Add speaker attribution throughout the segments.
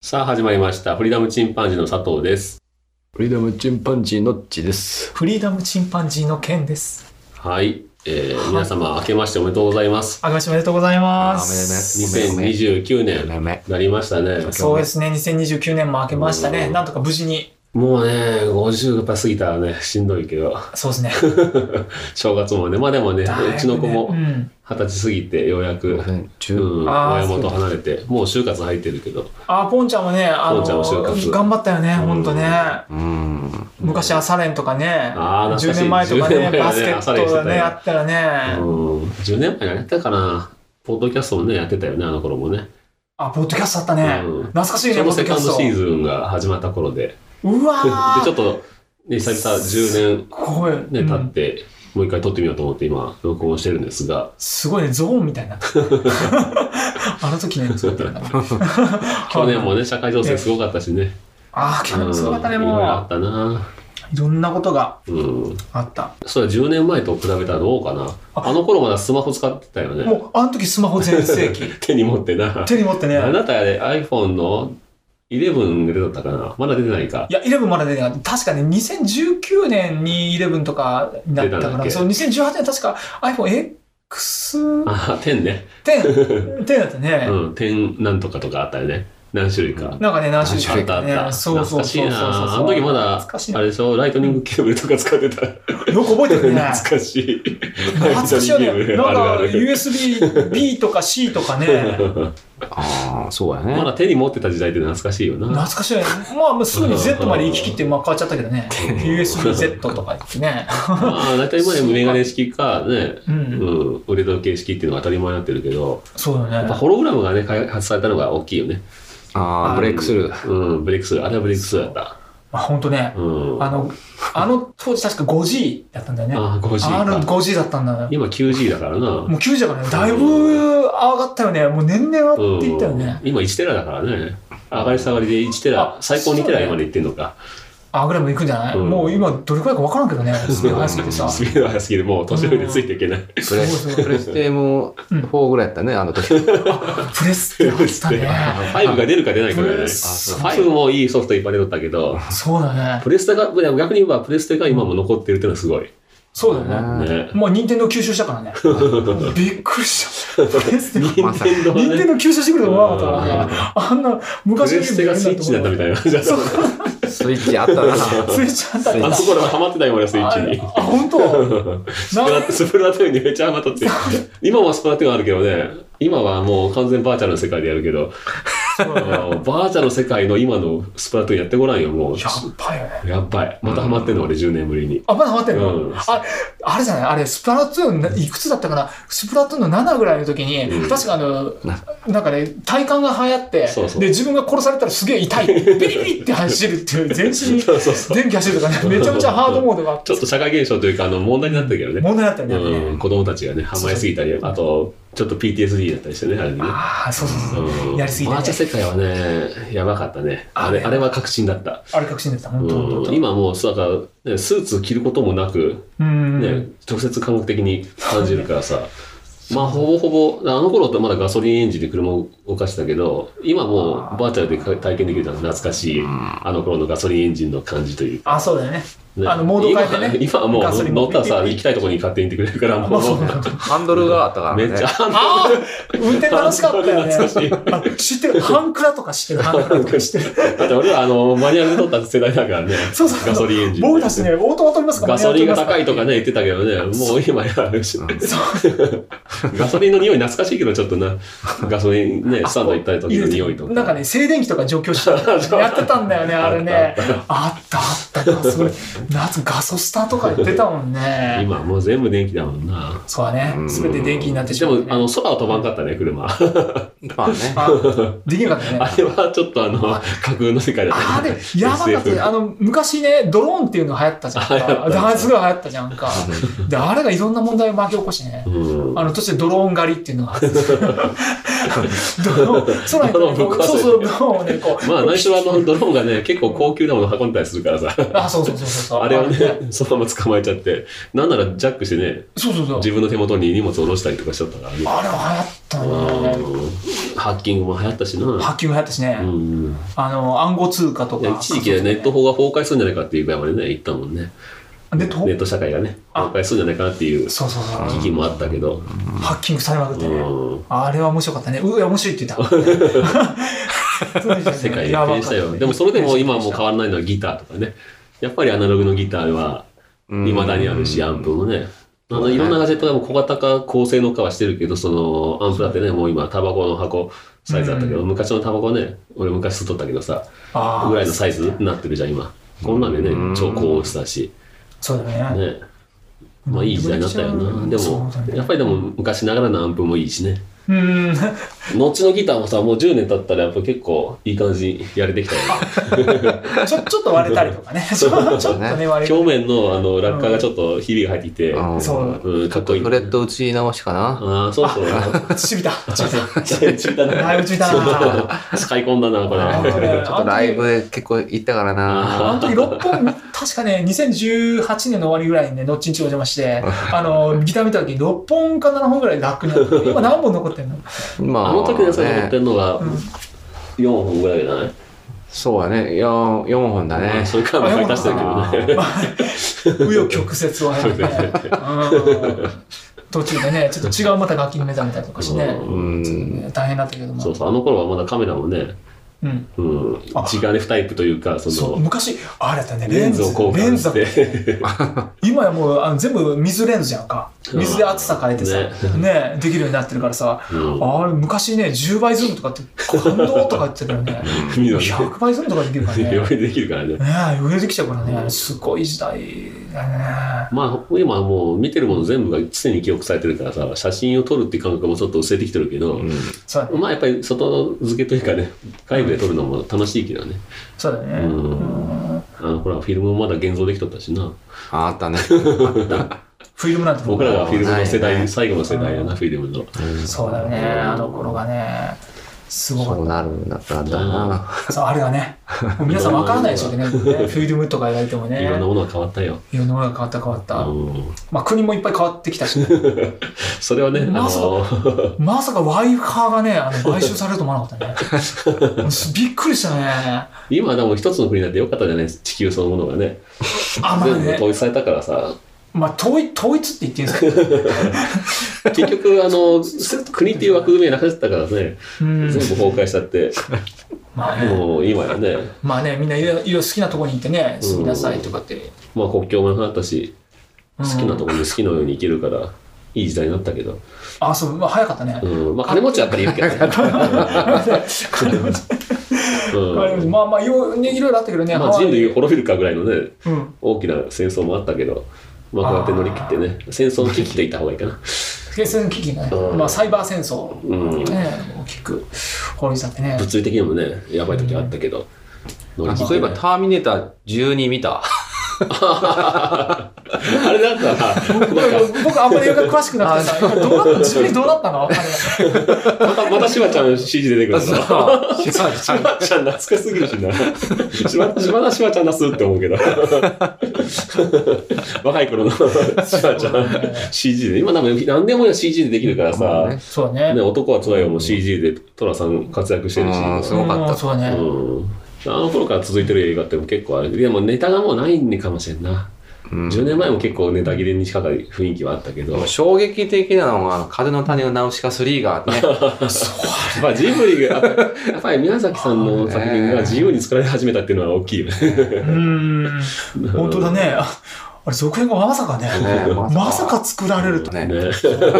Speaker 1: さあ始まりました。フリーダムチンパンジーの佐藤です。
Speaker 2: フリーダムチンパンジーノッチです。
Speaker 3: フリーダムチンパンジーの件です。
Speaker 1: はい。えー
Speaker 3: はい
Speaker 1: 皆様明けましておめでとうございます。
Speaker 3: あけましておめでとうございま
Speaker 2: あお
Speaker 3: す。
Speaker 2: めでとうございます
Speaker 1: 2029年
Speaker 2: め。
Speaker 1: なりましたね。
Speaker 3: そうですね、2029年も明けました
Speaker 1: う
Speaker 3: ね。
Speaker 1: ん
Speaker 3: なんとか無事に。
Speaker 1: もうね、50やっぱ過ぎたらね、しんどいけど、
Speaker 3: そうですね。
Speaker 1: 正月もね、まあでもね、
Speaker 3: だいぶね
Speaker 1: うちの子
Speaker 3: う
Speaker 1: も
Speaker 3: ん
Speaker 1: 二十歳過ぎてようやく、
Speaker 2: 2010
Speaker 1: うん、
Speaker 3: あー
Speaker 1: 親元離れて、もう就活入ってるけど、
Speaker 3: あ、ポンちゃんもね、あ
Speaker 1: ポンちゃんも就活
Speaker 3: の、頑張ったよね、
Speaker 1: うん
Speaker 3: ほんとね。
Speaker 2: うん。
Speaker 3: 昔、朝練とかね、
Speaker 1: あー懐
Speaker 3: 10
Speaker 1: かしい
Speaker 3: 年前とか
Speaker 1: 10年
Speaker 3: ね、
Speaker 1: 前はね
Speaker 3: バスケット
Speaker 1: 朝練して
Speaker 3: が
Speaker 1: たよ
Speaker 3: ね、やったら
Speaker 1: う
Speaker 3: ね。
Speaker 1: ん、10年前やったかな。ポッドキャストもね、やってたよね、あの頃もね。
Speaker 3: あ、ポッドキャストあったね
Speaker 1: うん。
Speaker 3: 懐かしい
Speaker 1: ちょう
Speaker 3: ね、ポ
Speaker 1: ど
Speaker 3: ッド
Speaker 1: セ
Speaker 3: キャ
Speaker 1: カン
Speaker 3: ス
Speaker 1: ドシー
Speaker 3: ト。
Speaker 1: ズンが始まった頃で、
Speaker 3: うわ
Speaker 1: で、
Speaker 3: ー
Speaker 1: ちょっと、ね、久々10年、
Speaker 3: ここ
Speaker 1: ね、
Speaker 3: うん
Speaker 1: 立って、もう一回撮ってみようと思って今、録音してるんですが、
Speaker 3: すごいね、ゾーンみたい な。あの時ね、ゾーンみたいな。
Speaker 1: 去年もね、社会情勢すごかったしね。
Speaker 3: あー、去 年もすごかったね、
Speaker 1: うんいろいろあっ
Speaker 3: も
Speaker 1: たな。
Speaker 3: う。いろんなことが
Speaker 1: うん。
Speaker 3: あった。
Speaker 1: それは10年前と比べたらどうかな。あの頃まだスマホ使ってたよね。
Speaker 3: もう、あの時スマホ全盛期。
Speaker 1: 手に持ってな。
Speaker 3: 手に持ってね。
Speaker 1: あなたあれ iPhone の11が出たかなまだ出てないか
Speaker 3: い。や、11まだ出てなかった。確かね、2019年に11とかになっ
Speaker 1: 出
Speaker 3: たか
Speaker 1: たんだっけ
Speaker 3: ら、そう、2018年確か iPhoneX10
Speaker 1: あ、10ね。
Speaker 3: 10だったね
Speaker 1: う。ん、10なんとかとかあったよね。何種類か。
Speaker 3: なんかね、何種類
Speaker 1: あっ
Speaker 3: か
Speaker 1: たあ
Speaker 3: あ
Speaker 1: っ
Speaker 3: ったね
Speaker 1: た。
Speaker 3: そうそうそ
Speaker 1: 懐かし
Speaker 3: うそ
Speaker 1: いう
Speaker 3: そう。
Speaker 1: な。あの時まだ
Speaker 3: 懐かし
Speaker 1: あ
Speaker 3: い、な
Speaker 1: れでしょライトニングケーブルとか使ってた。
Speaker 3: よく覚えてるね。
Speaker 1: 懐かしい。
Speaker 3: 懐かしいよ
Speaker 1: ライトニングケーブ
Speaker 3: ね。
Speaker 1: ル
Speaker 3: な
Speaker 1: あ
Speaker 3: んか
Speaker 1: るある
Speaker 3: USB-B とか C とか ね。
Speaker 2: ああ、そうやね。
Speaker 1: まだ手に持ってた時代って懐かしいよ
Speaker 3: 懐
Speaker 1: な。
Speaker 3: かしいよね。まあまあ、すぐに Z まで行き切って、まあ変わっちゃったけどね。USB-Z とか言ってね。
Speaker 1: まあ、だいたい今メガネ式かね、
Speaker 3: う。
Speaker 1: うんん、腕時計式っていうのが当たり前になってるけど、
Speaker 3: そうだ
Speaker 1: やっ
Speaker 3: ね
Speaker 1: ぱ。ホログラムがね、開発されたのが大きいよね。
Speaker 2: ああ、ブレイクスルー。
Speaker 1: うん、ブレイクスルー。あれはブレイクスルーだっ
Speaker 3: まあ本当ね
Speaker 1: た。。うん。
Speaker 3: あの、あの当時確か 5G だったんだよね。
Speaker 1: あー 5G か
Speaker 3: R5G だったんだよ。
Speaker 1: 今 9G だからな。
Speaker 3: もう9 0だからね、だいぶ上がったよね。もう年々上がっていったよね。
Speaker 1: 今1テラだからね。上がり下がりで1テラ
Speaker 3: あ、
Speaker 1: 最高2テラ
Speaker 3: そうね
Speaker 1: までいってんのか。
Speaker 3: あぐらいも行くんじゃない、
Speaker 1: うん
Speaker 3: もう今どれくらいか分からんけどね。スピード速すぎてさ。
Speaker 1: ス
Speaker 3: す
Speaker 1: ピードが速すぎて、もう年寄りでついていけない。
Speaker 2: プ
Speaker 3: ご
Speaker 2: レ
Speaker 3: いすごい
Speaker 2: プ。レステも4ぐらいやったね、あの 時。
Speaker 3: プレス ってあったね。
Speaker 1: 5が出るか出ないかぐらいね。
Speaker 3: プレス
Speaker 1: 5もいいソフトいっぱい出とったけど、
Speaker 3: そうだね。
Speaker 1: プレステが、逆に言えばプレステが今も残ってるっていうのはすごい。
Speaker 3: そうだね。
Speaker 1: ね。
Speaker 3: もう任天堂吸収したからね。 びっくりした。プレステ。
Speaker 1: 任 天堂
Speaker 3: 任天
Speaker 1: ね。
Speaker 3: 堂吸収してくると思わなかったから。あんな
Speaker 1: プ
Speaker 3: 昔
Speaker 1: レステがスイッチだったみたいな感じだった。
Speaker 2: スイッチあったな。
Speaker 3: スイッチあった
Speaker 1: あ
Speaker 3: ね
Speaker 1: の頃はハマってたよ、俺はスイッチに。
Speaker 3: あ、本当。
Speaker 1: スプラスプラトゥーンにめっちゃハマったって。今もスプラトゥーンあるけどね、今はもう完全バーチャルの世界でやるけど、
Speaker 3: そう
Speaker 1: あ
Speaker 3: だね
Speaker 1: のバーチャルの世界の今のスプラトゥーンやってごらんよ、もう。
Speaker 3: やっぱりね。
Speaker 1: やっばい。またハマってんの、俺10年ぶりに。
Speaker 3: あ、まだ待ってるの、
Speaker 1: うん
Speaker 3: あ、あれじゃないあれ、スプラトゥーン、いくつだったかなスプラトゥーンの7ぐらいの時に、
Speaker 1: うん
Speaker 3: 確かあの
Speaker 2: な、
Speaker 3: なんかね、体感が流行って、
Speaker 1: そうそう
Speaker 3: で、自分が殺されたらすげえ痛い。ビリビリって走るっていう、全身に
Speaker 1: そうそうそう。
Speaker 3: 電気走るとかね、めちゃめちゃハードモードがあって
Speaker 1: ちょっと社会現象というか、あの、問題になってるけどね。
Speaker 3: 問題だったよね。あれね
Speaker 1: うん、子供たちがね、ハマりすぎたり、あと、ちょっと PTSD だったりしてね、あれね。
Speaker 3: ああ、そうそうそう。
Speaker 1: うん
Speaker 3: やりすぎてね
Speaker 1: バーチャル世界はね、やばかったね。あれ、あれは確信だった。
Speaker 3: あれ確信だった、本当本
Speaker 1: う
Speaker 3: 当
Speaker 1: ん、今もう、そうだから、ね、スーツ着ることもなく、
Speaker 3: うん。
Speaker 1: ね直接感覚的に感じるからさ、まあ、ほぼほぼ、あの頃ってまだガソリンエンジンで車を動かしてたけど、今もうバーチャルで体験できるのは懐かしい、あの頃のガソリンエンジンの感じというか。
Speaker 3: あ、そうだよね。
Speaker 1: ね
Speaker 3: あのモード変えてね
Speaker 1: 今今はも
Speaker 3: ガソ
Speaker 1: う
Speaker 3: リン
Speaker 1: 乗ったらさ、行きたいところに勝手に行ってくれるから、も
Speaker 3: まあそうだよ
Speaker 1: う、
Speaker 3: ね
Speaker 2: ハンドルがあったから
Speaker 1: め
Speaker 2: ね。
Speaker 1: っちゃ、
Speaker 3: ああ運転楽しかったよね。
Speaker 1: 懐かしい
Speaker 3: あ知ってるハンクラとか知ってるハンクラ とか知ってる
Speaker 1: だって俺らあの、マニュアルで撮った世代だからね、
Speaker 3: そうそうそう
Speaker 1: ガソリンエンジンで。
Speaker 3: 僕たちね、オートマ取りますから
Speaker 1: ガソリンが高いとかね、言ってたけどね、もう今やるし。ガソリンの匂い懐かしいけど、ちょっとな、ガソリンね、スタンド行ったりとかの匂いとか。
Speaker 3: なんかね、静電気とか上京してやってたんだよね、あれね。あっだったな、すごい。夏、ガソスタとか言ってたもんね。
Speaker 1: 今もう全部電気だもんな。
Speaker 3: そうだね。すべて電気になってし
Speaker 1: で
Speaker 3: まう、ね。
Speaker 1: も、あの、空は飛ばんかったね、車。あ
Speaker 2: まあね。
Speaker 3: あ、できなかったね。
Speaker 1: れはちょっとあの、架空の世界だった
Speaker 3: あ
Speaker 1: ね。
Speaker 3: れ、やばかったね。あの、昔ね、ドローンっていうの流行ったじゃん
Speaker 1: 流行
Speaker 3: か。
Speaker 1: った
Speaker 3: であれすごい流行ったじ ゃんか。で、あれがいろんな問題を巻き起こしてね。
Speaker 1: うん。
Speaker 3: あの、途中でドローン狩りっていうのがあって。ド
Speaker 1: ド
Speaker 3: ローン、空に飛び
Speaker 1: ローンぶっ
Speaker 3: 込
Speaker 1: 壊
Speaker 3: む。
Speaker 1: せ
Speaker 3: そうそう、ドローンをね、こう。
Speaker 1: まあ、内緒はあの、ドローンがね、結構高級なもの運んだりするからさ。
Speaker 3: あ、そうそうそうそう。
Speaker 1: あれをね、 そのまま捕まえちゃって、なんならジャックしてね、
Speaker 3: そうそうそう。
Speaker 1: 自分の手元に荷物を下ろしたりとかしちゃったからね。
Speaker 3: あれは流行ったね。
Speaker 1: うんハッキングも流行ったしな。
Speaker 3: ハッキング流行ったしね。
Speaker 1: うん。
Speaker 3: あの、暗号通貨と
Speaker 1: い
Speaker 3: か
Speaker 1: や。一時期はネット法が崩壊するんじゃないかっていうぐらいまでね、言ったもんね。
Speaker 3: ネット法
Speaker 1: ネット社会がね、
Speaker 3: あ
Speaker 1: 崩壊するんじゃないかなっていう
Speaker 3: そうそうそう。
Speaker 1: 危機もあったけど。
Speaker 3: ハッキングされまくってね
Speaker 1: うん。
Speaker 3: あれは面白かったね。うわ、面白いって 言ってた。
Speaker 1: 世界が転移したよ。でもそれでも今はもう変
Speaker 3: わ
Speaker 1: わらないのはギターとかね。やっぱりアナログのギターは
Speaker 2: う ん
Speaker 1: 未だにあるし、アンプもね。あの、いろんなガジェットがもう小型化、高性能化はしてるけど、その、アンプだってね、もう今、タバコの箱、サイズあったけど、昔のタバコね、俺昔吸っとったけどさ、
Speaker 3: あ
Speaker 1: ぐ
Speaker 3: あ、
Speaker 1: らいのサイズになってるじゃん、今。こんなんでね
Speaker 2: うん、
Speaker 1: 超高音質だし、
Speaker 3: そうだね。
Speaker 1: ね。まあいい時代になったよな。で
Speaker 3: そ
Speaker 1: も
Speaker 3: うだ、ね
Speaker 1: やっぱりでも昔ながらのアンプもいいしね。
Speaker 3: うん。
Speaker 1: 後のギターもさ、もう10年経ったらやっぱ結構いい感じにやれてきたよね。
Speaker 3: ちょ、ちょっと割れたり とかね。ちょっとね、割れ
Speaker 1: 表面のあの落下がちょっとひびが入ってきて、
Speaker 2: うん
Speaker 3: そう。
Speaker 1: うん、かっこいい。
Speaker 2: フレット打ち直しかな。
Speaker 1: ああ、そうそう。
Speaker 3: ちびた。ちび た。
Speaker 1: ちびたな。
Speaker 3: だいぶちびたな。
Speaker 1: 使い込んだな、これ。
Speaker 2: ちょっとライブで結構行ったから
Speaker 1: あ
Speaker 2: な。
Speaker 3: 本当に6本、確かね、2018年の終わりぐらいにね、のっちんちお邪魔して、 あの、ギター見た時に6本か7本ぐらいラックになって、今何本残ってんの
Speaker 2: ま
Speaker 1: あの時のやつが持って
Speaker 2: ね
Speaker 1: んのが
Speaker 3: うん
Speaker 1: 4本ぐらいじゃない
Speaker 2: そうだね。4, 四本だ
Speaker 1: あ
Speaker 2: ね。
Speaker 1: それからも買い足してるけどね。
Speaker 3: 紆余曲折を経てね、うん途中でねちょっと違うまた楽器に目覚めたりとかしてね、
Speaker 2: う
Speaker 3: ちょっと
Speaker 2: ん。
Speaker 3: ね大変だったけども
Speaker 1: そうそう、あの頃はまだカメラもね、
Speaker 3: うん、
Speaker 1: うん、時間で不タイプというか、そ
Speaker 3: そう
Speaker 1: の、
Speaker 3: 昔あれだったね
Speaker 1: レンズを交
Speaker 3: レン
Speaker 1: 換
Speaker 3: ズだ
Speaker 1: し
Speaker 3: った
Speaker 1: て。
Speaker 3: 今やもうあの全部水レンズじゃんか水で厚さ変えてさ、ねできるようになってるからさ
Speaker 1: うん
Speaker 3: あれ昔ね10倍ズームとかって感動とか言ってたよね
Speaker 1: 見ろね
Speaker 3: 100倍ズームとかできるからね
Speaker 1: 余裕できるからね。
Speaker 3: ね余裕できちゃうからねすごい時代だね
Speaker 1: まあ、今はもう見てるもの全部が常に記憶されてるからさ、写真を撮るっていう感覚もちょっと薄れてきてるけど、
Speaker 3: そうだね
Speaker 1: まあやっぱり外付けというかね、外部で撮るのも楽しいけどね。
Speaker 3: そうだね、
Speaker 1: うんあの、ほら、フィルムもまだ現像できとったしな。
Speaker 2: ああっ たね。
Speaker 3: フィルムなんて
Speaker 1: 僕らがフィルムの世
Speaker 2: ない
Speaker 1: 代、
Speaker 2: ね
Speaker 1: 最後の世代やな、フィルムの。
Speaker 3: そうだよね、あの頃がね、すごか
Speaker 2: そ
Speaker 3: っ
Speaker 2: うなるんだったんだな。
Speaker 3: た。そうあれがね、もう皆さんわからないでしょう けどね、フィルムとか言われてもね、
Speaker 1: い
Speaker 3: い
Speaker 1: ろ
Speaker 3: ろ
Speaker 1: ん
Speaker 3: ん
Speaker 1: なものが変わったよ。
Speaker 3: なものが変わった変わっ
Speaker 1: う
Speaker 3: た。
Speaker 1: ん
Speaker 3: まあ国もいっぱい変わって きたしね、
Speaker 1: それはね、あ
Speaker 3: まさか
Speaker 1: の、
Speaker 3: まさかワイカーがね、あの買収されると思わなかった ね。びっくりしたね。
Speaker 1: 今でも一つの国だってよかったじゃない地球そのものがね。
Speaker 3: あ、まあ
Speaker 1: 全部
Speaker 3: ね、
Speaker 1: 統一されたからさ、
Speaker 3: まあ統一統一って言ってるんですけど、
Speaker 1: 結局、あの、国っていう枠組みがなくなっちゃったからね、
Speaker 3: うん
Speaker 1: 全部崩壊しちゃって、
Speaker 3: まあね、
Speaker 1: もう今やね、
Speaker 3: まあね、みんないろいろ好きなとこに行ってね、
Speaker 1: うん
Speaker 3: 住みなさいとかって。
Speaker 1: まあ国境もなくなったし、
Speaker 3: 好
Speaker 1: 好きなところで好きなように行けるから、いい時代になったけど。
Speaker 3: あ、そう、まあ早かったね。
Speaker 1: うん。まあ金持ちはやっぱりいるけどね。
Speaker 3: 金持ち
Speaker 1: うん。
Speaker 3: まあまあ、いろねいろいろあったけどね。
Speaker 1: まあ人類が滅びるかぐらいのね、
Speaker 3: うん。
Speaker 1: 大きな戦争もあったけど、まあこうやって乗り切ってね、戦争の危機といった方がいいかな。
Speaker 3: 戦争の危機がね、
Speaker 1: うん
Speaker 3: まあ、サイバー戦争、
Speaker 1: うん。
Speaker 3: ね、大きく放り去ってね、
Speaker 1: 物理的にもね、やばい時はあったけど、乗り切っ
Speaker 2: そうい
Speaker 1: て
Speaker 2: えば、
Speaker 1: ね。
Speaker 2: ターミネーター12見た。
Speaker 1: あれだったら、
Speaker 3: 僕、あんまり映画詳しくなくてさ、どうなった自分にどうなったのあれ
Speaker 1: また、またしばちゃん CG 出てくるんだな。
Speaker 2: そう。しばち
Speaker 1: し
Speaker 2: ゃん
Speaker 1: ばちゃん懐かしすぎるしな。し ば、しばなしばちゃんなすって思うけど。 若い頃のしばちゃん CG で。今多分何でも CG でできるから
Speaker 2: まあ
Speaker 1: さ
Speaker 2: ね、
Speaker 3: そうだね。
Speaker 1: ね、男はつらいよも CG で寅さん活躍してるし。
Speaker 2: うんそう
Speaker 3: う
Speaker 2: すご
Speaker 3: ん
Speaker 2: かった
Speaker 3: そうだね。
Speaker 1: うんあの頃から続いてる映画って結構あるでもネタがもうないんかもしれんな、
Speaker 2: うん
Speaker 1: 10年前も結構ネタ切れに近い雰囲気はあったけど、
Speaker 2: 衝撃的なのが、あの風の谷のナウシカ3が ね、
Speaker 1: まあジブリがやっぱり宮崎さんの作品が自由に作られ始めたっていうのは大きいよね
Speaker 3: うーん、本当だね。ああれ、続編がまさかね、
Speaker 2: ねまさか
Speaker 3: まさか作られると。
Speaker 2: ね
Speaker 1: ね
Speaker 3: あれ確かあ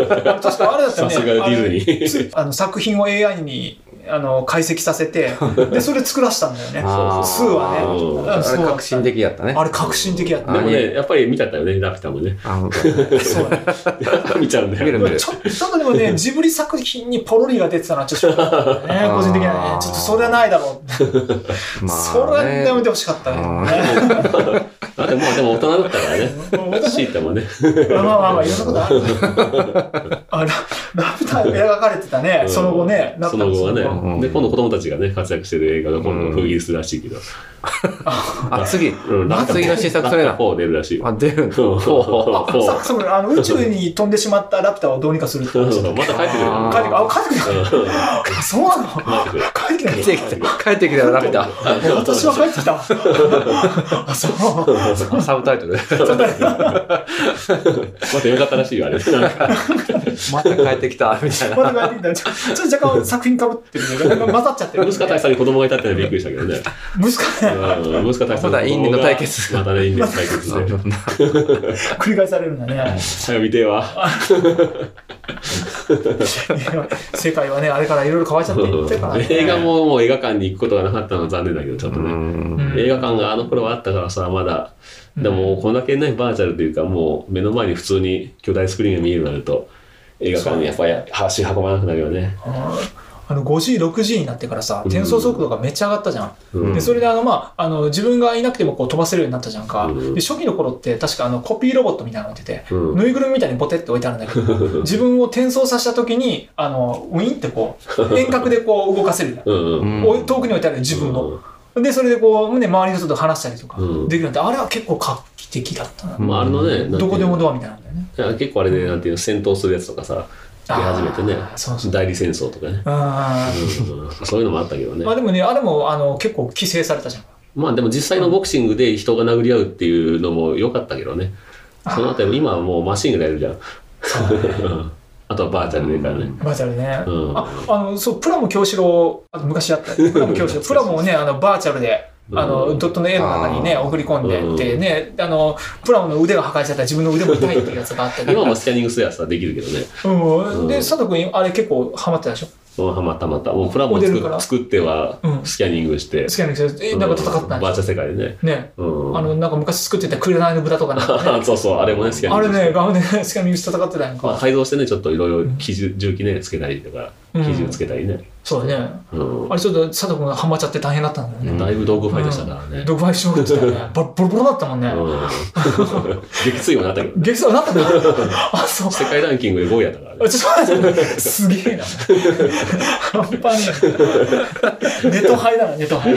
Speaker 3: れだった
Speaker 1: さ
Speaker 3: よね。
Speaker 1: すがディズニー
Speaker 3: あの作品を AI にあの解析させて、で、それ作らしたんだよね。
Speaker 2: あー
Speaker 3: 数はね
Speaker 1: うん
Speaker 3: あ
Speaker 2: あ
Speaker 3: そう
Speaker 2: れ革新的やったね。
Speaker 3: あれ革新的やった
Speaker 1: で。もね、やっぱり見ちゃったよね、ラピュタも ね。
Speaker 2: あ本当
Speaker 3: そうだね
Speaker 1: 見ちゃうんだ
Speaker 2: 見る
Speaker 1: よ。
Speaker 2: 見
Speaker 3: でも
Speaker 2: る
Speaker 3: ち。ょちょっとでもね、ジブリ作品にポロリが出てたのはちょっとショックだった ね、個人的にはね。ちょっとそれはないだろう。
Speaker 2: ま
Speaker 3: それは
Speaker 2: あね
Speaker 3: やめてほしかったね。
Speaker 2: うん
Speaker 1: だってもう、でも大人だったからね。シータもね。
Speaker 3: まあまあまあまあ、いろんなことあるね。あララプターが描かれてたね、その後ね。ラ
Speaker 1: そ
Speaker 3: プタ
Speaker 1: の
Speaker 3: ー
Speaker 1: 後は
Speaker 2: う
Speaker 1: ね。
Speaker 2: ん
Speaker 1: で、今度子供たちがね、活躍してる映画が今
Speaker 2: う
Speaker 1: 度
Speaker 2: ん
Speaker 1: 封切りするらしいけど。
Speaker 2: あ、次。
Speaker 1: うんラピュタ
Speaker 2: 次の新作それ
Speaker 1: ラ
Speaker 2: だ
Speaker 1: ピ。ュタ4出るらしい。
Speaker 2: あ、出る
Speaker 1: そ
Speaker 2: の
Speaker 1: う
Speaker 3: あさそうあの宇宙に飛んでしまったラプターをどうにかするって
Speaker 1: そう
Speaker 3: 話
Speaker 1: そ
Speaker 3: だ
Speaker 1: う
Speaker 3: った
Speaker 1: ま
Speaker 3: っけ
Speaker 1: た帰ってくる
Speaker 3: あ
Speaker 1: よ
Speaker 3: 帰ってくるあ帰ってくる
Speaker 1: うん
Speaker 3: あそうなの
Speaker 1: 帰ってくる。
Speaker 3: 帰って
Speaker 2: 帰っ
Speaker 3: き
Speaker 2: てきた。帰ってきたらラピュタ。
Speaker 3: た私は帰ってきたあそう
Speaker 2: サブタイトル。
Speaker 1: またよかったらしいよ、あれ。なんか
Speaker 2: また帰ってきた、みたいな。
Speaker 3: まだ帰ってきたちょちょっと若干作品かぶってるけど若干混ざっちゃってる
Speaker 1: ムスカ大佐に子供がいたってのはびっくりしたけどね。
Speaker 3: 息子ね
Speaker 1: うんムスカ大佐
Speaker 2: またインディの対決
Speaker 1: またね、インディの対決で。
Speaker 3: 繰り返されるんだね
Speaker 1: 最後見てえわ。
Speaker 3: いや世界はねあれからいろいろ変わっちゃっていってるからね
Speaker 1: 映画ももう映画館に行くことがなかったのは残念だけど、ちょっと
Speaker 2: う
Speaker 1: ね。
Speaker 2: ん
Speaker 1: 映画館があの頃はあったからさ、まだ。でも、こんだけね、バーチャルというか、もう目の前に普通に巨大スクリーンが見えるようになると、映画館にやっぱり足運ばなくなるよね。
Speaker 3: あの 5G、6G になってからさ、転送速度がめっちゃ上がったじゃん。
Speaker 1: うん
Speaker 3: で、それであの、まあ、あの、自分がいなくてもこう飛ばせるようになったじゃんか。
Speaker 1: うん
Speaker 3: で、初期の頃って確かあの、コピーロボットみたいなの持ってて、
Speaker 1: うん
Speaker 3: ぬいぐるみみたいにボテって置いてあるんだけど、 自分を転送させた時に、あの、ウィンってこ う、遠隔でこう動かせるじゃん。
Speaker 1: うんうん。
Speaker 3: お遠くに置いてある自分を。で、それでこう、ね、周りの人と話したりとか
Speaker 1: うん
Speaker 3: できるなんて、あれは結構画期的だったな。
Speaker 1: まあ、あれのね、なんていうの
Speaker 3: どこでもドアみたいなんだよね。
Speaker 1: いや結構あれで、なんていうの、戦闘するやつとかさ、出始めてね
Speaker 3: あーそうそう。
Speaker 1: 代理戦争とかね。
Speaker 3: あー
Speaker 1: うんそういうのもあったけどね
Speaker 3: まあ。でもね、あれもあの結構規制されたじゃん。
Speaker 1: まあでも実際のボクシングで人が殴り合うっていうのも良かったけどね。そのあたりも今はもうマシンがやるじゃん。 あとはバーチャルでからね。
Speaker 3: バーチャルね。
Speaker 1: うん
Speaker 3: あ、あの、そう、プラモ教師郎、あと昔あ った、プラモ教師郎、プラモをね、あの、バーチャルで、あ
Speaker 1: う
Speaker 3: の、
Speaker 1: ん
Speaker 3: ドットの絵の中にね、送り込んで
Speaker 1: う
Speaker 3: て、ね、あの、プラモの腕が破壊しちゃったら自分の腕も痛いっていうやつがあった り。
Speaker 1: 今もスキャニングするやつはできるけどね。
Speaker 3: うん。で、
Speaker 1: うん
Speaker 3: 佐藤君、あれ結構ハマってたでしょ
Speaker 1: うんまたまた。もうプラモ
Speaker 3: モデルから
Speaker 1: 作作っては
Speaker 3: うん
Speaker 1: スキャニングして。
Speaker 3: 好きなのえ、なんか戦ってた
Speaker 1: うんん
Speaker 3: で
Speaker 1: バーチ
Speaker 3: しょ
Speaker 1: ャル世界でね。
Speaker 3: ね。
Speaker 1: うん
Speaker 3: あの、なんか昔作ってた紅の 豚とかなんかね。
Speaker 1: そうそう、あれもね、スキャニ
Speaker 3: あ
Speaker 1: ング
Speaker 3: れ
Speaker 1: して。
Speaker 3: ね、ガムで好きなの戦ってたやん
Speaker 1: まあ、
Speaker 3: か。
Speaker 1: 改造してね、ちょっといろいろ基準、重機ね、つけたりとか、
Speaker 3: うん
Speaker 1: 基準つけたりね。
Speaker 3: そうだね。
Speaker 1: うん
Speaker 3: あれちょっと佐藤君がハマっちゃって大変だったんだよね。
Speaker 1: だいぶ道具ファイトしたからね。
Speaker 3: 毒売しまくってたよね。ボロボロボロだったもんね。
Speaker 1: うん激痛いもなったけど。
Speaker 3: 激走なったから。 あ、そう。
Speaker 1: 世界ランキングで5位やったからね
Speaker 3: あ。ちょっと待って、すげえな。 半端ねえ。 ネトハイだな、ネトハイ。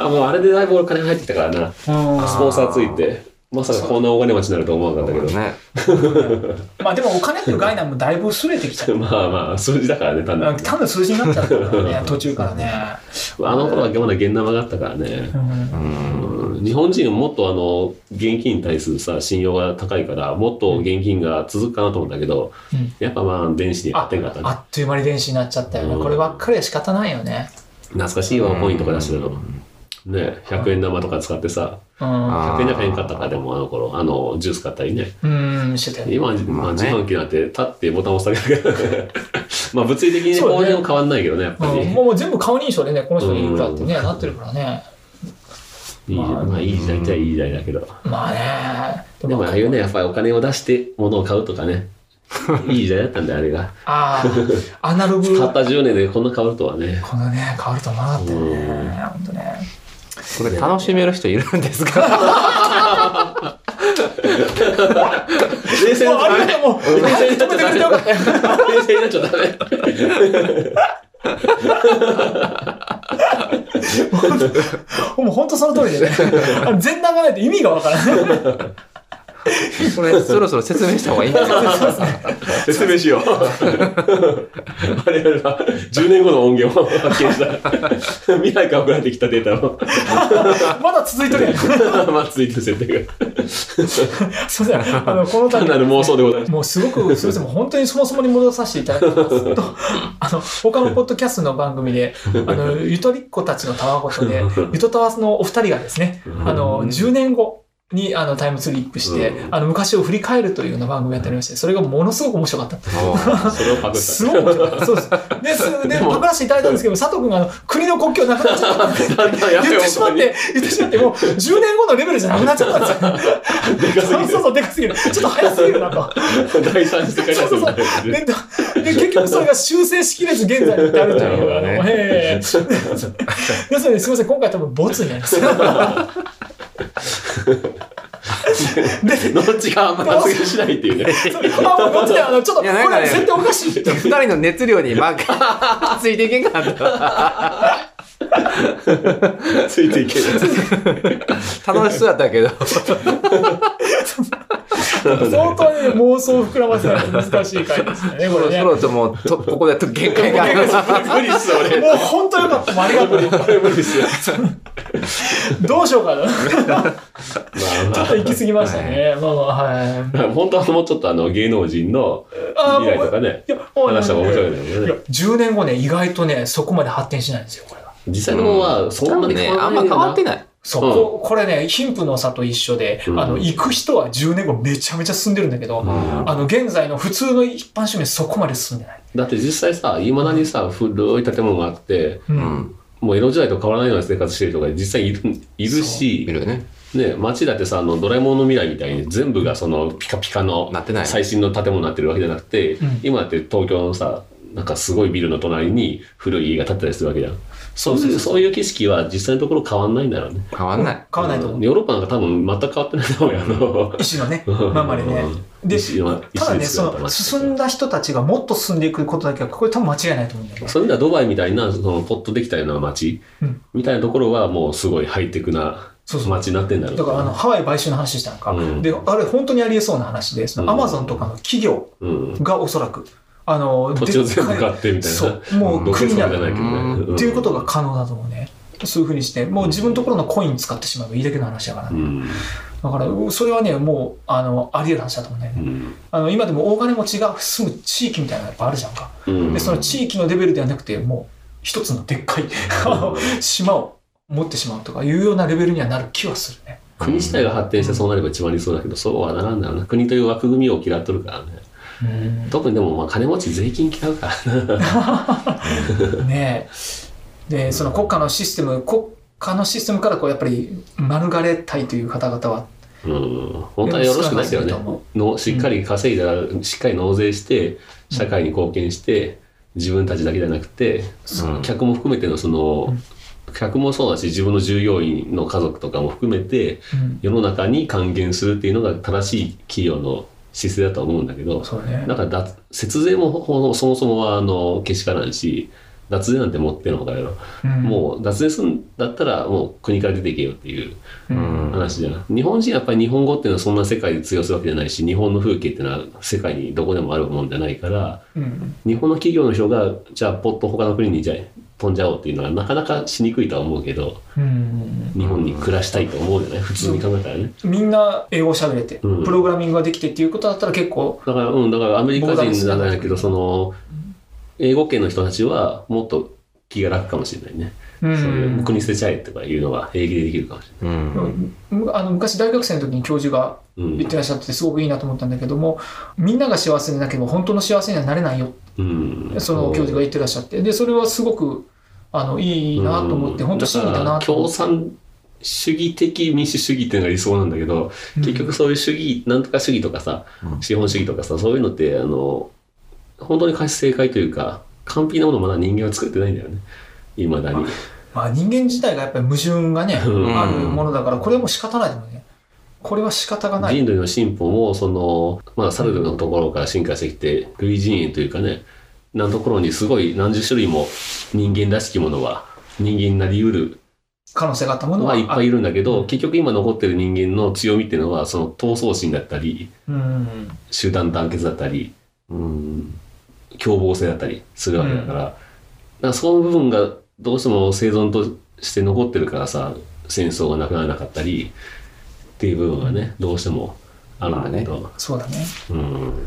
Speaker 1: あもうあれでだいぶお金入ってきたからな。スポンサーついて。まさかこんな大金持ちになると思わなかったけど。
Speaker 2: ね。
Speaker 3: まあでもお金っていう概念もだいぶ薄れてきちゃっ
Speaker 1: まあまあ、数字だからね、単な
Speaker 3: た。
Speaker 1: る。
Speaker 3: 単なる数字になっちゃったからね、途中からね。
Speaker 1: あの頃はまだ現生があったからね
Speaker 3: う。ん
Speaker 1: うん日本人もっとあの、現金に対するさ、信用が高いから、もっと現金が続くかなと思ったけど、
Speaker 3: うん
Speaker 1: やっぱまあ、電子に発展があったね
Speaker 3: あっという間に電子になっちゃったよね。こればっかりは仕方ないよね。
Speaker 1: 懐かしいわ、コインとか出してたの。ね、100円玉とか使ってさ、
Speaker 3: うん。
Speaker 2: あ
Speaker 1: 100円じゃ買えんかった
Speaker 2: ー
Speaker 1: からでもあの頃、あの、ジュース買ったりね。
Speaker 3: うん、してたよね。
Speaker 1: 今、ま
Speaker 2: ま
Speaker 1: あ、
Speaker 2: あね
Speaker 1: 自販機なんて立ってボタン押すだけだから、 まあ物理的にね、
Speaker 3: そうだね
Speaker 1: こうでも変わんないけどね、やっぱり。
Speaker 3: う
Speaker 1: い
Speaker 3: んもうもう全部顔認証でね、この人いくらってね、なってるからね。
Speaker 1: い
Speaker 3: まあ
Speaker 1: まあいい時代っちゃいい時代だけど。
Speaker 3: まあね。
Speaker 1: でもああいうね、やっぱりお金を出して物を買うとか ね、いい時代だったんだよ、あれが。
Speaker 3: ああ、アナログ。
Speaker 1: たった10年でこんな変わるとはね。
Speaker 3: このね、変わると思わなかったよ
Speaker 1: うん
Speaker 3: ね。本当ね。
Speaker 2: これ楽しめる人いるんですか
Speaker 1: 冷静になっちゃダメ。
Speaker 3: もう、
Speaker 1: 冷静になっちゃダメ。冷静になっちゃダメ。
Speaker 3: もう本当その通 りでね。あの前段がないと意味がわからない。
Speaker 2: これそろそろ説明した方がいいんじゃないです
Speaker 1: 説
Speaker 2: か
Speaker 1: 明し よう。あれやな、10年後の音源を発見 した。未来から送られてきたデー タを。
Speaker 3: まだ続いと るやん。
Speaker 1: まあ、ついて設定が。
Speaker 3: すいません。あの、この
Speaker 1: 単
Speaker 3: 度
Speaker 1: なる妄想でございます。
Speaker 3: もうすごく、すみません。もう本当にそもそもに戻させていただきます と、あの、他のポッドキャストの番組で、あの、ゆとりっ子たちのたわごとで、ゆとたわのお二人がですね、あの、10年後、にあのタイムスリップして、
Speaker 1: うん
Speaker 3: あの昔を振り返るというような番組やっておりまして、それがものすごく面白かった。
Speaker 1: それをパクっ
Speaker 3: すごい面白かった。そうです。で、それで、
Speaker 1: でも
Speaker 3: パクらせていただいたんですけど、佐藤君があの国の国境なくなっちゃったんで。
Speaker 1: た。だんだ んやめ
Speaker 3: 言
Speaker 1: よ
Speaker 3: っ
Speaker 1: う
Speaker 3: てしまっ
Speaker 1: 本当に
Speaker 3: て、 言ってしまって、もう10年後のレベルじゃなくなっちゃったんですよ。
Speaker 1: でかす
Speaker 3: そう
Speaker 1: ぎ
Speaker 3: そうそう、でかすぎる。ちょっと早すぎるな と。
Speaker 1: て。第三次世界
Speaker 3: そう
Speaker 1: 大戦み
Speaker 3: そうそ
Speaker 1: たいなや
Speaker 3: う
Speaker 1: つね。
Speaker 3: でで結局それが修正しきれず現在に至るという。
Speaker 2: なるほどね
Speaker 3: ええですのですみません、今回多分ボツになり ます。
Speaker 1: どっちがあんま発言しないっていうね。
Speaker 3: あ、もうボツで、あの、ちょっと、
Speaker 2: いやなん
Speaker 3: こ
Speaker 2: か
Speaker 3: れ
Speaker 2: ね
Speaker 3: 設定おかしいっていう。
Speaker 2: 二人の熱量に まあついていけんかった。
Speaker 1: ついていけない。
Speaker 2: 楽しそうやっ たけど。
Speaker 3: 相当に妄想を膨らませないと難しい回ですよね、こ
Speaker 2: そ
Speaker 3: れ
Speaker 2: ろ
Speaker 3: ね。
Speaker 2: そ
Speaker 3: も
Speaker 2: ろともうと、ここでと限界が。
Speaker 1: 無理っす、俺。
Speaker 3: う本当よかった。ありがとう。
Speaker 1: これ無理っすよ。
Speaker 3: どうしようかな。
Speaker 1: まあま
Speaker 3: 行き過ぎましたね。まあまあ、はい。
Speaker 1: あ。本当はもうちょっとあの芸能人の
Speaker 3: あ
Speaker 1: 未来とかね、
Speaker 3: いや、もう
Speaker 1: 話した方が面白いんだ
Speaker 3: い
Speaker 1: け
Speaker 3: や
Speaker 1: どね。
Speaker 3: 10年後ね、意外とね、そこまで発展しないんですよ、これが。
Speaker 1: 実際の方はそんなに
Speaker 2: ね、
Speaker 1: 変わら
Speaker 2: あん
Speaker 1: な
Speaker 2: ま
Speaker 1: い
Speaker 2: 変
Speaker 1: よな
Speaker 2: わってない。
Speaker 3: そう、
Speaker 1: うん
Speaker 3: ここれね、貧富の差と一緒で、
Speaker 1: うん
Speaker 3: あの、行く人は10年後めちゃめちゃ進んでるんだけど、
Speaker 1: ん
Speaker 3: あの、現在の普通の一般市民そこまで進んでない。
Speaker 1: だって実際さ、いまだにさ、古い建物があって、
Speaker 2: う
Speaker 3: う。
Speaker 2: んん。
Speaker 1: もう江戸時代と変わらないような生活してる人が実際いるいる
Speaker 2: い
Speaker 1: し、
Speaker 2: るよね。
Speaker 1: ね、街だってさ、あのドラえもんの未来みたいに全部がそのピカピカの
Speaker 2: なってない
Speaker 1: 最新の建物になってるわけじゃなくて、
Speaker 3: ん
Speaker 1: 今だって東京のさ、なんかすごいビルの隣に古い家が建ってたりするわけじゃん。そういうそういう景色は実際のところ変わんないんだろうね。
Speaker 2: 変わんない。
Speaker 3: 買わないと
Speaker 1: う
Speaker 3: 思
Speaker 1: ん
Speaker 3: う。
Speaker 1: ヨーロッパなんか多分全く変わってないと思うよ。あの
Speaker 3: 石のね、
Speaker 1: うん
Speaker 3: まんまでね
Speaker 1: うん。
Speaker 3: で
Speaker 1: 石は、
Speaker 3: ただね、
Speaker 1: 石で作
Speaker 3: そ
Speaker 1: られた
Speaker 3: の、
Speaker 1: らしい
Speaker 3: 進んだ人たちがもっと進んでいくことだけは、これ多分間違いないと思うんだけ ど。
Speaker 1: そういう意味ではドバイみたいな、そのポッとできたような街
Speaker 3: うん
Speaker 1: みたいなところはもうすごいハイテクな
Speaker 3: そうそう
Speaker 1: 街になってんだろう
Speaker 3: だから、あの、ハワイ買収の話したんか。
Speaker 1: うん
Speaker 3: で、あれ本当にありえそうな話で、その、ア
Speaker 1: うん
Speaker 3: マゾンとかの企業
Speaker 1: うん、
Speaker 3: がおそらく、あの、
Speaker 1: 土地を全部買ってみたいな。
Speaker 3: そう、もう
Speaker 1: 独占
Speaker 3: 国
Speaker 1: じ
Speaker 3: な
Speaker 1: ゃ
Speaker 3: ん
Speaker 1: な
Speaker 3: だ
Speaker 1: いけどね。ん
Speaker 3: っていうことが可能だと思うね。そういうふうにして、もう自分のところのコイン使ってしまえばいいだけの話だから
Speaker 1: う
Speaker 3: ね。
Speaker 1: ん
Speaker 3: だから、それはね、もう、あの、あり得る話だと思うんだよ
Speaker 1: う
Speaker 3: ね。
Speaker 1: ん
Speaker 3: あの、今でも大金持ちが住む地域みたいなのやっぱあるじゃんか。
Speaker 1: うん
Speaker 3: で、その地域のレベルではなくて、もう、一つのでっ かい、あの島を持ってしまうとかいうようなレベルにはなる気はするね。
Speaker 1: 国自体が発展してそうなれば一番理想だけど、そうはならんだろうな。国という枠組みを嫌っとるからね。特にでも、まあ、金持ち税金嫌うからな。
Speaker 3: ねえでその国家のシステム国家のシステムからこうやっぱり免れたいという方々は
Speaker 1: うん、本当はよろしくないけど
Speaker 3: でも少なくないと思
Speaker 1: ねのしっかり稼いだらしっかり納税して社会に貢献して自分たちだけじゃなくて、
Speaker 2: うん
Speaker 1: 客も含めてのその、客もそうだし自分の従業員の家族とかも含めて
Speaker 3: うん
Speaker 1: 世の中に還元するっていうのが正しい企業の姿勢だとは思うんだけど
Speaker 3: そうね
Speaker 1: なんか脱節税もほんそもそもはあのけしからんし脱税なんて持ってのほかよ、
Speaker 3: うん
Speaker 1: もう脱税するんだったらもう国から出ていけよっていう。
Speaker 2: う
Speaker 3: う
Speaker 2: んん。
Speaker 1: 話じゃな日本人やっぱり日本語っていうのはそんな世界で通用するわけじゃないし日本の風景っていうのは世界にどこでもあるもんじゃないから
Speaker 3: うん
Speaker 1: 日本の企業の人がじゃあポッと他の国にじゃあ飛んじゃおうっていうのはなかなかしにくいとは思うけど
Speaker 3: うん
Speaker 1: 日本に暮らしたいと思うじゃない普通に考えたらね。
Speaker 3: みんな英語喋れて、
Speaker 1: うん
Speaker 3: プログラミングができてっていうことだったら結構
Speaker 1: だから、うん、だからアメリカ人じゃないけど、その、英語圏の人たちはもっと気が楽かもしれないね。
Speaker 3: う
Speaker 1: そういうん国捨てちゃえとかいうのは平気でできるかもし
Speaker 2: う。
Speaker 3: うんんあの昔大学生の時に教授が
Speaker 1: れない。
Speaker 3: 言ってらっしゃっててすごくいいなと思ったんだけどもみんなが幸せでなければ本当の幸せにはなれないよ
Speaker 1: うん。うん。
Speaker 3: その教授が言ってらっしゃってでそれはすごくあのいいなと思って、
Speaker 1: うん
Speaker 3: 本当真理だ
Speaker 1: から
Speaker 3: なと
Speaker 1: 共
Speaker 3: 思って
Speaker 1: 産主義的民主主義っていうのが理想なんだけど、結局そういう主義なんとか主義とかさ、
Speaker 2: うん
Speaker 1: 資本主義とかさそういうのってあの本当に価値正解というか完璧なものをまだ人間は作ってないんだよねいまだに。
Speaker 3: まあ、人間自体がやっぱり矛盾がね、
Speaker 1: うん
Speaker 3: あるものだからこれはもう仕方ないと思うねこれは仕方がない、
Speaker 1: 人類の進歩もその、まあ、猿のところから進化してきて類人猿というかねなところにすごい何十種類も人間らしきものは人間になりうる
Speaker 3: 可能性があったもの
Speaker 1: ま
Speaker 3: は
Speaker 1: あいっぱいいるんだけ
Speaker 3: う
Speaker 1: ど
Speaker 3: ん
Speaker 1: 結局今残ってる人間の強みっていうのはその闘争心だったり
Speaker 3: うん
Speaker 1: 集団団結だったり、うん、凶暴性だったりするわけだから、だからその部分がどうしても生存として残ってるからさ戦争がなくならなかったりっていう部分はねどうしてもあるんだけど、
Speaker 3: そうだね
Speaker 1: うん、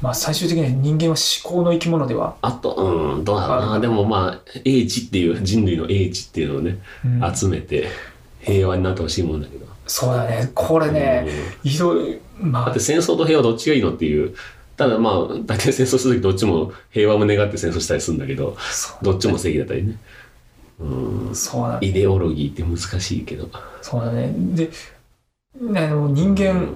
Speaker 3: まあ最終的には人間は思考の生き物では、
Speaker 1: あと、うん、どうだろう
Speaker 3: あ
Speaker 1: なでもまあ英知っていう人類の英知っていうのをね、
Speaker 3: うん
Speaker 1: 集めて平和になってほしいもんだけど。
Speaker 3: そうだね。これね、ひどい。ま
Speaker 1: だっ
Speaker 3: あ
Speaker 1: て、戦争と平和どっちがいいのっていう。ただまあ、大体戦争するときどっちも平和も願って戦争したりするんだけど、
Speaker 3: そ
Speaker 1: どっちも正義だったりね。うん。
Speaker 3: うそうだね。
Speaker 1: イデオロギーって難しいけど。
Speaker 3: そうだね。で、ね、でも人間、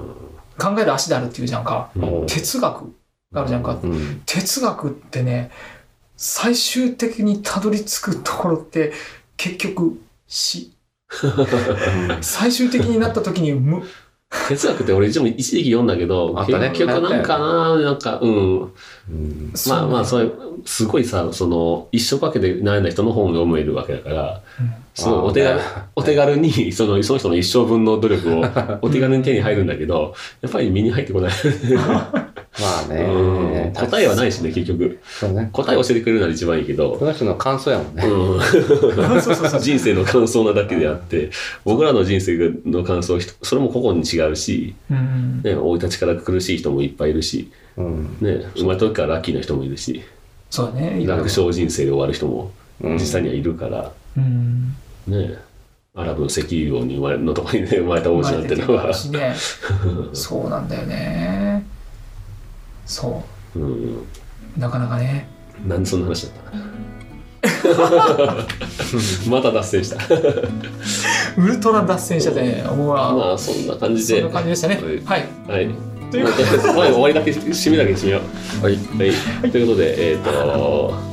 Speaker 3: 考える足であるっていうじゃんか。
Speaker 1: うん
Speaker 3: 哲学があるじゃんか。
Speaker 1: うん。
Speaker 3: 哲学ってね、最終的にたどり着くところって、結局、死。最終的になった時に無。
Speaker 1: 哲学って俺一応一時期読んだけど、
Speaker 2: あったね
Speaker 1: 結局なんかな、なんか、うん。
Speaker 2: うん
Speaker 1: まあまあ、そういう、すごいさ、その、一生かけて悩んだ人の本が読めるわけだから、
Speaker 3: うん
Speaker 1: そのお手軽
Speaker 2: あ、
Speaker 1: お手軽に、その、その人の一生分の努力を、お手軽に手に入るんだけど、やっぱり身に入ってこない。
Speaker 2: まあ
Speaker 1: うん
Speaker 2: ね。
Speaker 1: 答えはないしね、結局。
Speaker 2: そうね。
Speaker 1: 答え教えてくれるなら一番いいけど
Speaker 2: こ、の人の感想やもんね。
Speaker 1: うん人生の感想なだけであって、僕らの人生の感想、ひとそれも個々に違うし、
Speaker 3: うん。
Speaker 1: ね、生い立ちから苦しい人もいっぱいいるし、
Speaker 2: うん。
Speaker 1: ね、生まれた時からラッキーな人もいるし、
Speaker 3: そうだね。
Speaker 1: 楽勝人生で終わる人も
Speaker 2: うん
Speaker 1: 実際にはいるから、
Speaker 3: うん。
Speaker 1: ね、アラブの石油王に生まれのところに、ね、生まれた王子なんてのは、
Speaker 3: 生まれてきてるしね そうなんだよねそ
Speaker 1: うん、
Speaker 3: うなかなかね
Speaker 1: なんでそんな話だった かなまた脱線した。
Speaker 3: ウルトラ脱線したね思うわ
Speaker 1: まあそんな感じ
Speaker 3: そ
Speaker 1: で。
Speaker 3: んな感じでしたねはい
Speaker 1: はい。
Speaker 3: ということ
Speaker 1: で、終わりだけ、締めだけ締めよう。はい。ということで、えっ、と、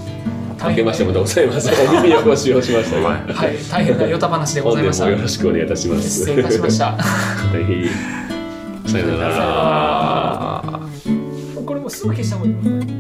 Speaker 1: 明けましておめでとうございます。お耳汚しをしましたが。
Speaker 2: は
Speaker 3: はい大変なヨタ話でご
Speaker 1: 本
Speaker 3: ざい
Speaker 1: 年
Speaker 3: ました
Speaker 1: もよろしくお願いいたします。
Speaker 3: 失礼いたしまし た
Speaker 1: はい。さようなら。
Speaker 3: これもうすぐ消した方がいいと思う